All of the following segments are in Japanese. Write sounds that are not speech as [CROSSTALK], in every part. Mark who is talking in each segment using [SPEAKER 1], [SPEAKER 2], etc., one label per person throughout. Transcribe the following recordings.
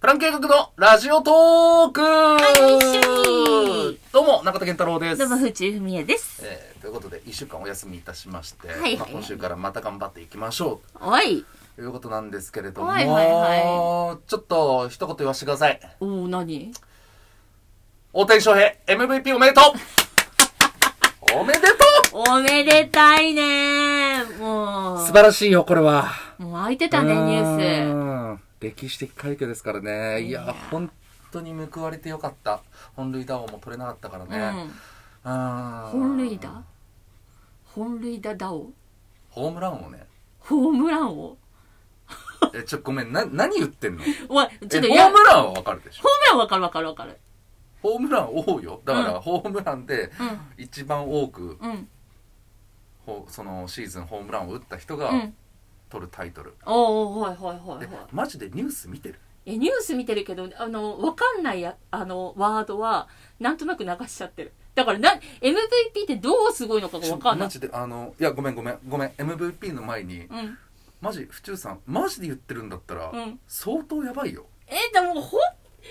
[SPEAKER 1] プラン計画のラジオトーク、
[SPEAKER 2] い一緒に
[SPEAKER 1] どうも、中田健太郎です。
[SPEAKER 2] どうも、ふちふみえです。
[SPEAKER 1] えーということで、一週間お休みいたしまして、
[SPEAKER 2] はい
[SPEAKER 1] まあ今週からまた頑張っていきましょ
[SPEAKER 2] おい。
[SPEAKER 1] うということなんですけれども、
[SPEAKER 2] はいはいは
[SPEAKER 1] ちょっと一言言わせてください。
[SPEAKER 2] おー、何
[SPEAKER 1] 大谷翔平、MVP おめでとう
[SPEAKER 2] [LAUGHS]
[SPEAKER 1] おめでと
[SPEAKER 2] おめでたいねー。も
[SPEAKER 1] う素晴らしいよ、これは。
[SPEAKER 2] う、もう開いてたね、ニュース。
[SPEAKER 1] ース。歴史的快挙ですからね。いや、本当に報われてよかった。本塁打王も取れなかったから
[SPEAKER 2] う
[SPEAKER 1] ね。
[SPEAKER 2] ん。
[SPEAKER 1] うん
[SPEAKER 2] 本塁打本塁打だを
[SPEAKER 1] ホームラン
[SPEAKER 2] [LAUGHS]
[SPEAKER 1] をね。
[SPEAKER 2] ホームランを
[SPEAKER 1] え、ちょ、ごめん、な、何言ってんのえ
[SPEAKER 2] おい、ちょっと
[SPEAKER 1] ホ
[SPEAKER 2] や
[SPEAKER 1] ームランはわかるでしょ
[SPEAKER 2] ホームランわかるわかるわかる。
[SPEAKER 1] ホームラン多いよ。だか
[SPEAKER 2] う
[SPEAKER 1] ら、ホームランで、
[SPEAKER 2] う
[SPEAKER 1] 一番多く、
[SPEAKER 2] ん。うん。
[SPEAKER 1] ほそのシーズンホームランを打った人
[SPEAKER 2] う
[SPEAKER 1] が
[SPEAKER 2] ん。
[SPEAKER 1] 取るタイトル。
[SPEAKER 2] おー、おーはいはいはい
[SPEAKER 1] で
[SPEAKER 2] はい。
[SPEAKER 1] マジでニュース見てる
[SPEAKER 2] え、ニュース見てるけど、あの、わかんないや、あの、ワードは、なんとなく流しちゃってる。だから、な、MVP ってどうすごいのかがわかんな
[SPEAKER 1] マ
[SPEAKER 2] い。
[SPEAKER 1] ジで、あの、いや、ごめんごめん、ごめん、MVP の前に
[SPEAKER 2] う、ん。
[SPEAKER 1] マジ、府中さん、マジで言ってるんだったら
[SPEAKER 2] うん、
[SPEAKER 1] 相当やばいよ。
[SPEAKER 2] え、でも、ほん、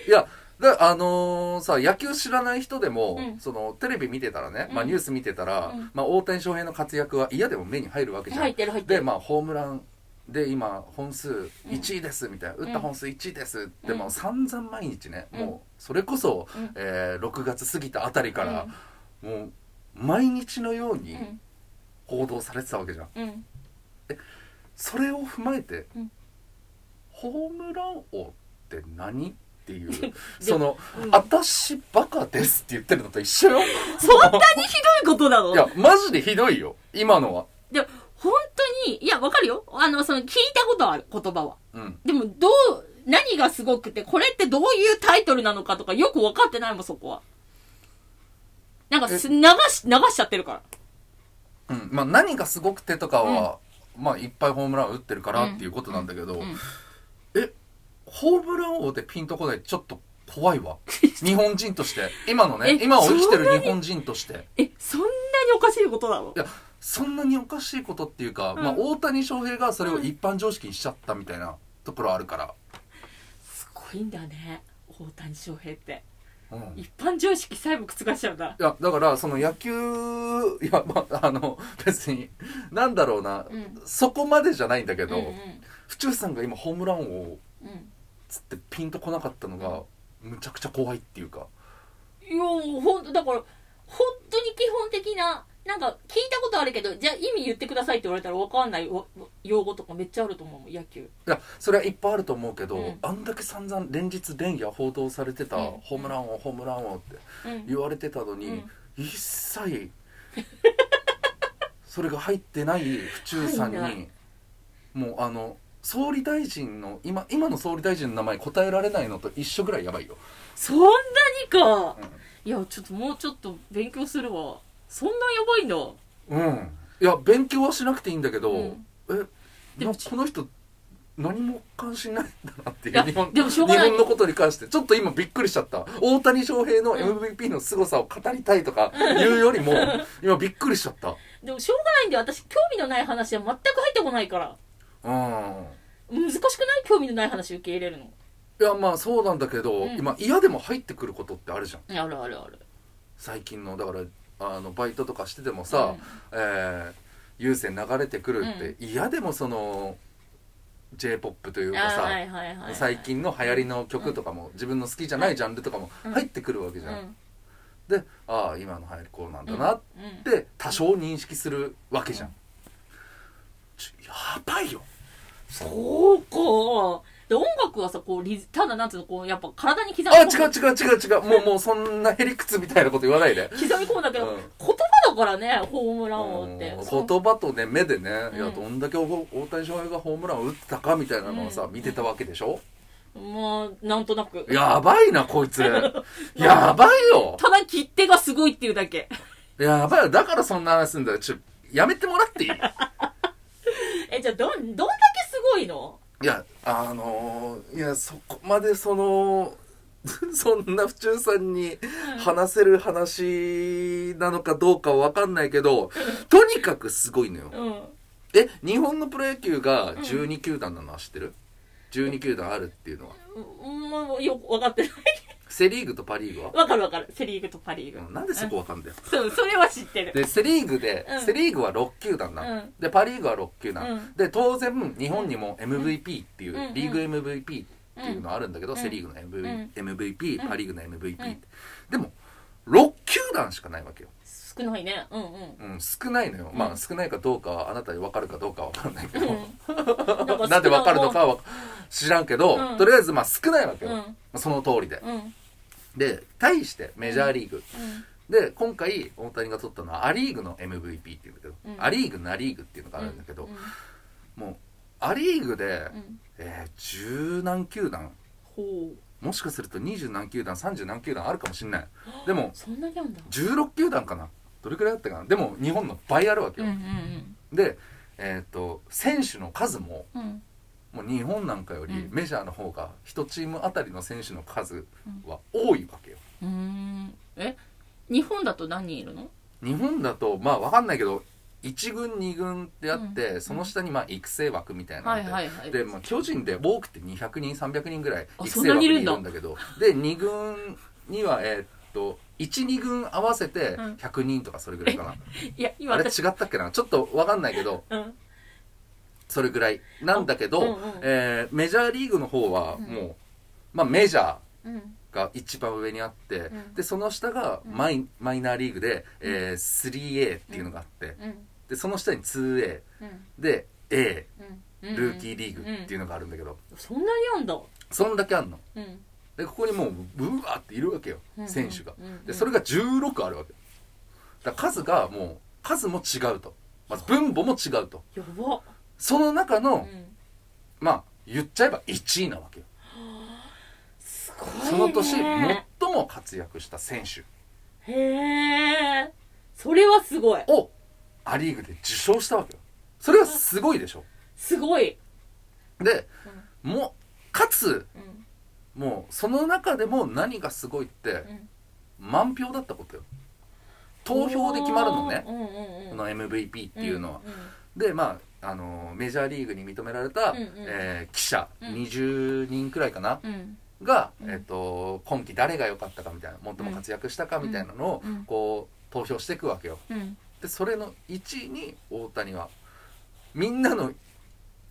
[SPEAKER 1] いや、だあのーさ、野球知らない人でも、
[SPEAKER 2] うん
[SPEAKER 1] その、テレビ見てたらね、
[SPEAKER 2] うん
[SPEAKER 1] まあニュース見てたら、
[SPEAKER 2] うん
[SPEAKER 1] まあ大谷翔平の活躍は嫌でも目に入るわけじゃん。
[SPEAKER 2] 入ってる入って
[SPEAKER 1] で
[SPEAKER 2] る。
[SPEAKER 1] まあホームランで今本数1位ですみたいな、打った本数1位ですって、
[SPEAKER 2] うん
[SPEAKER 1] もう散々毎日ね、
[SPEAKER 2] うん
[SPEAKER 1] もうそれこそ、
[SPEAKER 2] うん
[SPEAKER 1] えー6月過ぎたあたりから、もう毎日のよう
[SPEAKER 2] う
[SPEAKER 1] に
[SPEAKER 2] ん。
[SPEAKER 1] 報道されてたわけじゃん
[SPEAKER 2] うん。
[SPEAKER 1] それを踏まえて、
[SPEAKER 2] うん
[SPEAKER 1] ホームラン王って何っていう
[SPEAKER 2] [LAUGHS] で
[SPEAKER 1] その、
[SPEAKER 2] うん
[SPEAKER 1] 私バカです」って言ってるのと一緒よ
[SPEAKER 2] [LAUGHS] そんなにひどいことなの
[SPEAKER 1] いやマジでひどいよ今のは
[SPEAKER 2] でも本当に、いや、わかるよ。あの、その、聞いたことはある、言葉は。
[SPEAKER 1] うん
[SPEAKER 2] でも、どう、何がすごくて、これってどういうタイトルなのかとか、よく分かってないもん、そこは。なんかす、流し、流しちゃってるから。
[SPEAKER 1] うんまあ、何がすごくてとかは、まあ、いっぱいホームラン打ってるからっていうことなんだけど、
[SPEAKER 2] うんうん
[SPEAKER 1] えホームラン王でピンとこないちょっと怖
[SPEAKER 2] [LAUGHS]
[SPEAKER 1] いわ日本人として今のね
[SPEAKER 2] え
[SPEAKER 1] 今を生きてる日本人として
[SPEAKER 2] え、そんなにおかしいことなの
[SPEAKER 1] いやそんなにおかしいことっていうか、
[SPEAKER 2] うん
[SPEAKER 1] まあ、大谷翔平がそれを一般常識にしちゃったみたいなところあるから、
[SPEAKER 2] すごいんだね。大谷翔平って。
[SPEAKER 1] うん、い
[SPEAKER 2] 一般常識さえも覆しちゃうんだ。
[SPEAKER 1] やだからその野球いや、まあ、あの別になんだろうな、
[SPEAKER 2] うん
[SPEAKER 1] そこまでじゃないんだけど、
[SPEAKER 2] うん
[SPEAKER 1] 府中さんが今ホームラン王
[SPEAKER 2] うんうん
[SPEAKER 1] つってピンとこなかったのがむちゃくちゃ怖いっていうか
[SPEAKER 2] いや、ほんと、だから、本当に基本的な、なんか、聞いたことあるけど、じゃあ意味言ってくださいって言われたら分かんないわ用語とかめっちゃあると思うもん、野球。
[SPEAKER 1] いやそれはいっぱいあると思うけど、
[SPEAKER 2] うん
[SPEAKER 1] あんだけ散々連日連夜報道されてた、
[SPEAKER 2] うん
[SPEAKER 1] ホームラン王ホームラン王って
[SPEAKER 2] うん。
[SPEAKER 1] 言われてたのに、
[SPEAKER 2] うん
[SPEAKER 1] 一
[SPEAKER 2] [LAUGHS]
[SPEAKER 1] 切それが入ってない府中さん
[SPEAKER 2] 入んな
[SPEAKER 1] にもうあの総理大臣の今今の総理大臣の名前答えられないのと一緒ぐらいやばいよ、
[SPEAKER 2] そんなにか
[SPEAKER 1] うん
[SPEAKER 2] いや、ちょっともうちょっと勉強するわ。そんなやばいんだ。
[SPEAKER 1] うん、いや勉強はしなくていいんだけど、
[SPEAKER 2] うん
[SPEAKER 1] え
[SPEAKER 2] で
[SPEAKER 1] な
[SPEAKER 2] も
[SPEAKER 1] この人何も関心ないんだなってい
[SPEAKER 2] いうや
[SPEAKER 1] 日本
[SPEAKER 2] でもしょうがない
[SPEAKER 1] 日本のことに関してちょっと今びっくりしちゃった大谷翔平の MVP の凄さを語りたいとか言うよ
[SPEAKER 2] [LAUGHS]
[SPEAKER 1] りも今びっくりしちゃった
[SPEAKER 2] でもしょうがないんだよ。私、興味のない話は全く入ってこないから。
[SPEAKER 1] うん
[SPEAKER 2] 難しくない興味のない話受け入れるの。
[SPEAKER 1] いやまあそうなんだけど、
[SPEAKER 2] うん
[SPEAKER 1] 今嫌でも入ってくることってあるじゃん
[SPEAKER 2] あるあるある。
[SPEAKER 1] 最近のだからあのバイトとかしててもさ、
[SPEAKER 2] うん
[SPEAKER 1] えー有線流れてくるって、嫌でもその j p o p というかさ、
[SPEAKER 2] あはいはいはい。
[SPEAKER 1] 最近の流行りの曲とかも、自分の好きじゃないジャンルとかも
[SPEAKER 2] うん
[SPEAKER 1] 入ってくるわけじ
[SPEAKER 2] う
[SPEAKER 1] ゃん、
[SPEAKER 2] ん。
[SPEAKER 1] でああ今の流行りこうなんだなっ
[SPEAKER 2] うん。うん
[SPEAKER 1] て多少認識するわけじゃん、ちょやば
[SPEAKER 2] [LAUGHS]
[SPEAKER 1] いよ
[SPEAKER 2] そうか。で、音楽はさ、こう、リズただなんつうの、こう、やっぱ体に刻み
[SPEAKER 1] あ違
[SPEAKER 2] 込
[SPEAKER 1] う
[SPEAKER 2] む。
[SPEAKER 1] 違う違う違うもうもうそんなへりくつみたいなこと言わないで
[SPEAKER 2] 刻み込むんだけど、
[SPEAKER 1] うん
[SPEAKER 2] 言葉だからね、ホームラン王って。
[SPEAKER 1] うん言葉とね目でね、いや
[SPEAKER 2] うん
[SPEAKER 1] どんだけ大大谷翔平がホームランを打ってたかみたいなのをさ、
[SPEAKER 2] うん
[SPEAKER 1] 見てたわけでしょ
[SPEAKER 2] まあ、なんとなく。 [LAUGHS]
[SPEAKER 1] やばいなこいつやばいよ
[SPEAKER 2] ただ切手がすごいっていうだけ。 [LAUGHS]
[SPEAKER 1] やばいよだからそんな話すんだよちょやめてもらっていい
[SPEAKER 2] え、じゃあ、どん、どんだけすごいの
[SPEAKER 1] いやあのーいやそこまでその [LAUGHS] そんな府中さんに話せる話なのかどうかわかんないけ [LAUGHS] どとにかくすごいのよ
[SPEAKER 2] うん。
[SPEAKER 1] え日本のプロ野球が12球団なのは知ってる、 12球団あるっていうのは
[SPEAKER 2] うんもうよく分かってない [LAUGHS]
[SPEAKER 1] セ・リーグとパ・リーグは
[SPEAKER 2] 分かる分かるセ・リーグとパ・リーグ、
[SPEAKER 1] うんなんでそこわかんだよ
[SPEAKER 2] そうそれは知ってる
[SPEAKER 1] でセ・リーグで、
[SPEAKER 2] うん
[SPEAKER 1] セ・リーグは6球団なの、
[SPEAKER 2] うん
[SPEAKER 1] でパ・リーグは6球団、
[SPEAKER 2] うん
[SPEAKER 1] で当然日本にも MVP っていう、
[SPEAKER 2] うん
[SPEAKER 1] リーグ MVP っていうのあるんだけど、
[SPEAKER 2] うん
[SPEAKER 1] セ・リーグの MV、MVP パ・リーグの MVP って、
[SPEAKER 2] うん
[SPEAKER 1] でも6球団しかないわけよ、
[SPEAKER 2] 少ないねうんうん
[SPEAKER 1] うん、少ないのよ、ま
[SPEAKER 2] う
[SPEAKER 1] あ
[SPEAKER 2] ん
[SPEAKER 1] 少ないかどうかはあなたに分かるかどうかは分かんない [LAUGHS] けど、
[SPEAKER 2] うん
[SPEAKER 1] なんで分かるのかは知らんけど、
[SPEAKER 2] うん
[SPEAKER 1] とりあえずまあ少ないわけよ、
[SPEAKER 2] うん
[SPEAKER 1] まあその通りで
[SPEAKER 2] うんうん
[SPEAKER 1] で対してメジャーリーグ、で今回大谷が取ったのはア・リーグの MVP っていうんだけど、
[SPEAKER 2] うん
[SPEAKER 1] ア・リーグナ・リーグっていうのがあるんだけど、もうア・リーグで
[SPEAKER 2] う、ん
[SPEAKER 1] えー十何球団
[SPEAKER 2] ほう
[SPEAKER 1] もしかすると二十何球団三十何球団あるかもしんないでも
[SPEAKER 2] そんなにあんだ
[SPEAKER 1] 16球団かなどれくらいあったかなでも日本の倍あるわけ
[SPEAKER 2] うん
[SPEAKER 1] よ、
[SPEAKER 2] うん
[SPEAKER 1] でえっ、と選手の数も
[SPEAKER 2] うんうん
[SPEAKER 1] もう日本なんかより
[SPEAKER 2] うん
[SPEAKER 1] メジャーの方が1チームあたりの選手の数は多いわけよ
[SPEAKER 2] うーんえ日本だと何人いるの
[SPEAKER 1] 日本だとまあわかんないけど1軍2軍ってあって、
[SPEAKER 2] うん
[SPEAKER 1] その下にまあ育成枠みたいなの
[SPEAKER 2] は
[SPEAKER 1] で、
[SPEAKER 2] いはいはい
[SPEAKER 1] で、まあ、巨人で多くて200人300人ぐらい
[SPEAKER 2] あ
[SPEAKER 1] 育
[SPEAKER 2] そん
[SPEAKER 1] 成
[SPEAKER 2] な
[SPEAKER 1] 枠
[SPEAKER 2] に
[SPEAKER 1] に
[SPEAKER 2] い
[SPEAKER 1] いる
[SPEAKER 2] るん
[SPEAKER 1] ん
[SPEAKER 2] だ
[SPEAKER 1] だけどで2軍にはえーっと12軍合わせて
[SPEAKER 2] うん
[SPEAKER 1] 100人とかそれぐらいかな、
[SPEAKER 2] いや今
[SPEAKER 1] あれ違
[SPEAKER 2] 私
[SPEAKER 1] ったっけなちょっとわかんないけど
[SPEAKER 2] うん
[SPEAKER 1] それぐらいなんだけど、
[SPEAKER 2] うんうん
[SPEAKER 1] えーメジャーリーグの方は
[SPEAKER 2] うん
[SPEAKER 1] もう、まあ、メジャー
[SPEAKER 2] うん
[SPEAKER 1] が一番上にあって、
[SPEAKER 2] うん
[SPEAKER 1] でその下がマイ,、マイナーリーグで、えー 3A っていうのがあって、
[SPEAKER 2] うん
[SPEAKER 1] でその下に 2A
[SPEAKER 2] うん
[SPEAKER 1] で A
[SPEAKER 2] うん
[SPEAKER 1] ルーキーリーグっていううのがあるんだけど、
[SPEAKER 2] んそんなにあんだ
[SPEAKER 1] そんだけあんの
[SPEAKER 2] うん
[SPEAKER 1] でここにもうブワーっているわけよ、
[SPEAKER 2] うんうん
[SPEAKER 1] 選手が
[SPEAKER 2] うんうん
[SPEAKER 1] でそれが16あるわけだから数がもう数も違うとまず分母も違うと
[SPEAKER 2] やば
[SPEAKER 1] その中の、
[SPEAKER 2] うん
[SPEAKER 1] まあ言っちゃえば1位なわけよ
[SPEAKER 2] すごいね
[SPEAKER 1] その年最も活躍した選手
[SPEAKER 2] へえそれはすごい
[SPEAKER 1] をア・リーグで受賞したわけよそれはすごいでしょ
[SPEAKER 2] すごい
[SPEAKER 1] でもうかつ
[SPEAKER 2] うん
[SPEAKER 1] もうその中でも何がすごいって
[SPEAKER 2] うん
[SPEAKER 1] 満票だったことよ投票で決まるのね
[SPEAKER 2] うんうんうん
[SPEAKER 1] この MVP っていうのは
[SPEAKER 2] んん
[SPEAKER 1] でまああのメジャーリーグに認められた、
[SPEAKER 2] うんうん
[SPEAKER 1] えー記者
[SPEAKER 2] うん
[SPEAKER 1] 20人くらいかな、
[SPEAKER 2] うん
[SPEAKER 1] が、
[SPEAKER 2] うん
[SPEAKER 1] えっと今季誰が良かったかみたいな最も活躍したかみたいなのを、
[SPEAKER 2] うんうん
[SPEAKER 1] こう投票していくわけよ
[SPEAKER 2] うん
[SPEAKER 1] でそれの1位に大谷はみんなの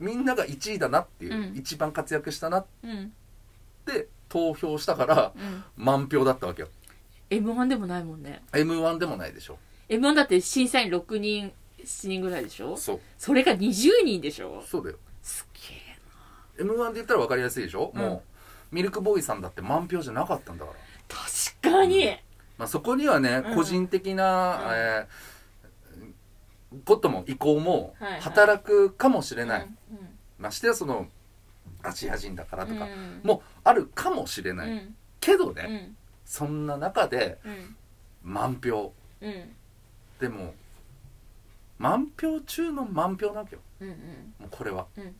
[SPEAKER 1] みんなが1位だなっていう、
[SPEAKER 2] うん
[SPEAKER 1] 一番活躍したなっ
[SPEAKER 2] うん
[SPEAKER 1] て投票したから
[SPEAKER 2] うん
[SPEAKER 1] 満票だったわけよ
[SPEAKER 2] M1 でもないもんね
[SPEAKER 1] m 1でもないでしょ
[SPEAKER 2] M1 だって審査員6人7人ぐらいでしょ
[SPEAKER 1] そう
[SPEAKER 2] それが20人でしょ
[SPEAKER 1] そうだよ
[SPEAKER 2] すげえ
[SPEAKER 1] m 1で言ったら分かりやすいでしょ、
[SPEAKER 2] うん
[SPEAKER 1] もうミルクボーイさんだって満票じゃなかったんだから
[SPEAKER 2] 確かに、
[SPEAKER 1] まあ、そこにはね、
[SPEAKER 2] うん
[SPEAKER 1] 個人的な、
[SPEAKER 2] うん
[SPEAKER 1] えーことも意向も
[SPEAKER 2] はいはい
[SPEAKER 1] 働くかもしれ
[SPEAKER 2] うん
[SPEAKER 1] ない、
[SPEAKER 2] うん
[SPEAKER 1] ましてやそのアジア人だからとか
[SPEAKER 2] うん
[SPEAKER 1] もあるかもしれない、
[SPEAKER 2] うん
[SPEAKER 1] けどね、
[SPEAKER 2] うん
[SPEAKER 1] そんな中で
[SPEAKER 2] うん
[SPEAKER 1] 満票
[SPEAKER 2] うん
[SPEAKER 1] でも満票中の満票なわけよ
[SPEAKER 2] うんうん
[SPEAKER 1] もうこれは、
[SPEAKER 2] うん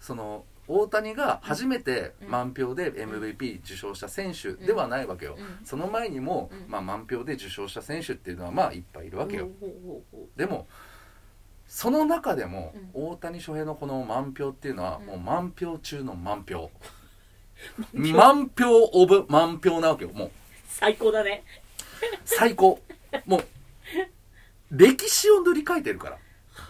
[SPEAKER 1] その大谷が初めて
[SPEAKER 2] うん
[SPEAKER 1] 満票で MVP 受賞した選手ではないわけよ、
[SPEAKER 2] うん
[SPEAKER 1] その前にも、
[SPEAKER 2] うん
[SPEAKER 1] まあ、満票で受賞した選手っていうのはまあいっぱいいるわけよ、
[SPEAKER 2] ほうほうほうほ
[SPEAKER 1] でもその中でも
[SPEAKER 2] うん
[SPEAKER 1] 大谷翔平のこの満票っていうのは
[SPEAKER 2] うん
[SPEAKER 1] もう満票中の満
[SPEAKER 2] [LAUGHS]
[SPEAKER 1] 票満票オブ満票なわけよもう
[SPEAKER 2] う最高だね
[SPEAKER 1] 最
[SPEAKER 2] [LAUGHS]
[SPEAKER 1] 高もう歴史を塗り替えてるから
[SPEAKER 2] は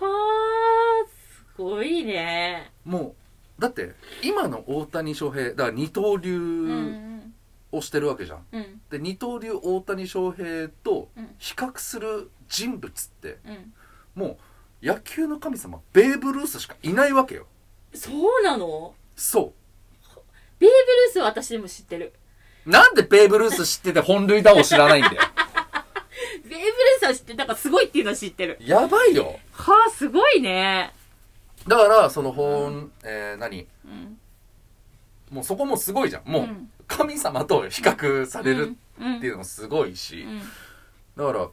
[SPEAKER 2] あすごいね
[SPEAKER 1] もうだって今の大谷翔平だから二刀
[SPEAKER 2] うんう
[SPEAKER 1] 流
[SPEAKER 2] ん
[SPEAKER 1] をしてるわけじゃん
[SPEAKER 2] うん
[SPEAKER 1] で二刀流大谷翔平と
[SPEAKER 2] うん
[SPEAKER 1] 比較する人物って
[SPEAKER 2] うん
[SPEAKER 1] もう野球の神様ベーブ・ルースしかいないわけよ
[SPEAKER 2] そうなの
[SPEAKER 1] そう
[SPEAKER 2] ベーブ・ルースは私でも知ってる
[SPEAKER 1] なんでベーブ・ルース知ってて本塁打を知らないんだよ。
[SPEAKER 2] ベーブ・ルースは知ってるだからすごいっていうのは知って
[SPEAKER 1] [LAUGHS]
[SPEAKER 2] る
[SPEAKER 1] やばいよ。
[SPEAKER 2] はあすごいね
[SPEAKER 1] だから、その本、えー、何
[SPEAKER 2] うん
[SPEAKER 1] もうそこもすごいじゃん。もう
[SPEAKER 2] うん、
[SPEAKER 1] 神様と比較される
[SPEAKER 2] っ
[SPEAKER 1] っていうのもすごいし
[SPEAKER 2] う。ん
[SPEAKER 1] だから、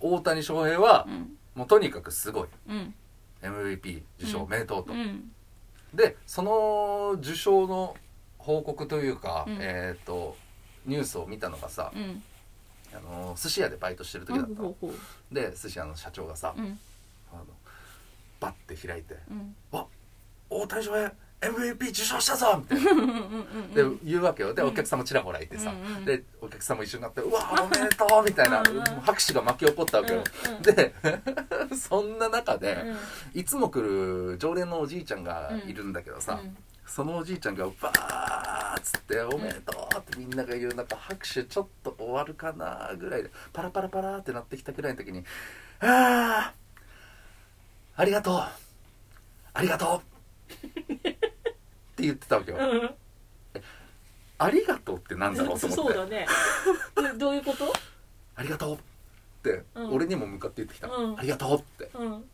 [SPEAKER 1] 大谷翔平は
[SPEAKER 2] う、ん
[SPEAKER 1] もうとにかくすごい。
[SPEAKER 2] うん
[SPEAKER 1] MVP 受賞
[SPEAKER 2] うん
[SPEAKER 1] 名刀と
[SPEAKER 2] う。ん
[SPEAKER 1] で、その受賞の報告というか、
[SPEAKER 2] うん
[SPEAKER 1] えっ、と、ニュースを見たのがさ
[SPEAKER 2] う、ん
[SPEAKER 1] あのー寿司屋でバイトしてる時だったの。で、寿司屋の社長がさ、
[SPEAKER 2] うん
[SPEAKER 1] あのバッて開いて、
[SPEAKER 2] うん
[SPEAKER 1] 大谷翔平 MVP 受賞したぞ!」みたいな
[SPEAKER 2] うんうん
[SPEAKER 1] で
[SPEAKER 2] うん
[SPEAKER 1] 言うわけよでお客さんもちらほらいてさ、
[SPEAKER 2] うんうん
[SPEAKER 1] でお客さんも一緒になって「うわーおめでとう!」みたいな
[SPEAKER 2] うんうん
[SPEAKER 1] 拍手が巻き起こったわけよ、
[SPEAKER 2] うんうん
[SPEAKER 1] で [LAUGHS] そんな中で、
[SPEAKER 2] うん
[SPEAKER 1] いつも来る常連のおじいちゃんがいるんだけどさ、
[SPEAKER 2] うん
[SPEAKER 1] そのおじいちゃんがバーッつって「おめでとう!」ってみんなが言う中拍手ちょっと終わるかなぐらいでパラパラパラってなってきたぐらいの時に「あーありがとうありがとう」って言ってたわけよ。
[SPEAKER 2] うん
[SPEAKER 1] ありがとうってなんだろうと思
[SPEAKER 2] そ
[SPEAKER 1] っ
[SPEAKER 2] う
[SPEAKER 1] て
[SPEAKER 2] だねどどういうこと
[SPEAKER 1] 「ありがとう」って
[SPEAKER 2] うん
[SPEAKER 1] 俺にも向かって言ってきた
[SPEAKER 2] う
[SPEAKER 1] 「
[SPEAKER 2] ん
[SPEAKER 1] ありがとう」って
[SPEAKER 2] うん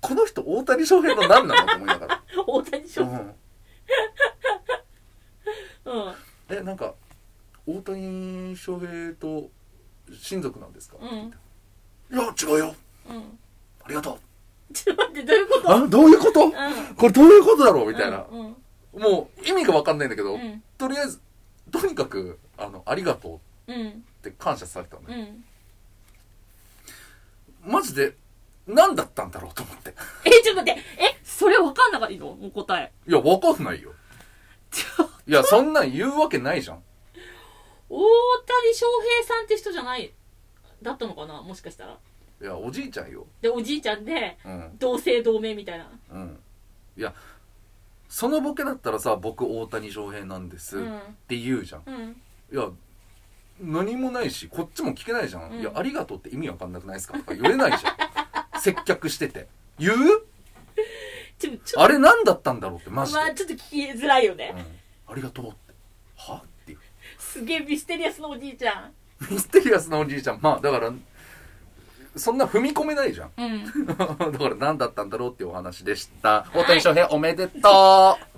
[SPEAKER 1] この人大谷翔平の何なのと思いなが
[SPEAKER 2] [LAUGHS]
[SPEAKER 1] ら
[SPEAKER 2] 大谷
[SPEAKER 1] う
[SPEAKER 2] 翔
[SPEAKER 1] ん
[SPEAKER 2] うん
[SPEAKER 1] えなんか大谷翔平と親族なんですか、
[SPEAKER 2] う
[SPEAKER 1] い
[SPEAKER 2] ん
[SPEAKER 1] や違うよ
[SPEAKER 2] うん
[SPEAKER 1] ありがとう
[SPEAKER 2] ちょっと待ってどういうこと
[SPEAKER 1] あどういうこと
[SPEAKER 2] うん
[SPEAKER 1] これどういうことだろうみたいな、
[SPEAKER 2] うんうん
[SPEAKER 1] もう意味が分かんないんだけど、
[SPEAKER 2] うん
[SPEAKER 1] とりあえずとにかくあの「ありがとう」っ
[SPEAKER 2] うん
[SPEAKER 1] て感謝されたの
[SPEAKER 2] う
[SPEAKER 1] ね、
[SPEAKER 2] ん
[SPEAKER 1] マジで何だったんだろうと思って
[SPEAKER 2] えちょっと待ってえそれわかんなかったのもう答え
[SPEAKER 1] いや分かんないよ
[SPEAKER 2] ちょ
[SPEAKER 1] いやそんなん言うわけないじゃん
[SPEAKER 2] 大谷翔平さんって人じゃないだったのかなもしかしたら
[SPEAKER 1] いやおじいちゃんよ
[SPEAKER 2] でおじいちゃんで
[SPEAKER 1] うん
[SPEAKER 2] 同姓同名みたいな
[SPEAKER 1] うんいやそのボケだったらさ僕大谷翔平なんです
[SPEAKER 2] う
[SPEAKER 1] っ
[SPEAKER 2] ん
[SPEAKER 1] て言うじゃん、
[SPEAKER 2] うん
[SPEAKER 1] いや何もないしこっちも聞けないじゃん、
[SPEAKER 2] うん
[SPEAKER 1] いや「ありがとう」って意味わかんなくないですかとか言えないじ
[SPEAKER 2] [LAUGHS]
[SPEAKER 1] ゃん接客してて言う
[SPEAKER 2] ちょっとちょっ
[SPEAKER 1] あれ何だったんだろうってマ
[SPEAKER 2] と
[SPEAKER 1] ジで、
[SPEAKER 2] まあちょっと聞きづらいよね、
[SPEAKER 1] うん、ありがとうってはっていう
[SPEAKER 2] すげえミステリアスのおじいちゃ
[SPEAKER 1] ミステリアスなおじいちゃんまあだからそんな踏み込めないじゃん [LAUGHS]
[SPEAKER 2] んうん
[SPEAKER 1] だから何だったんだろうっていうお話でした大谷翔平おめでとう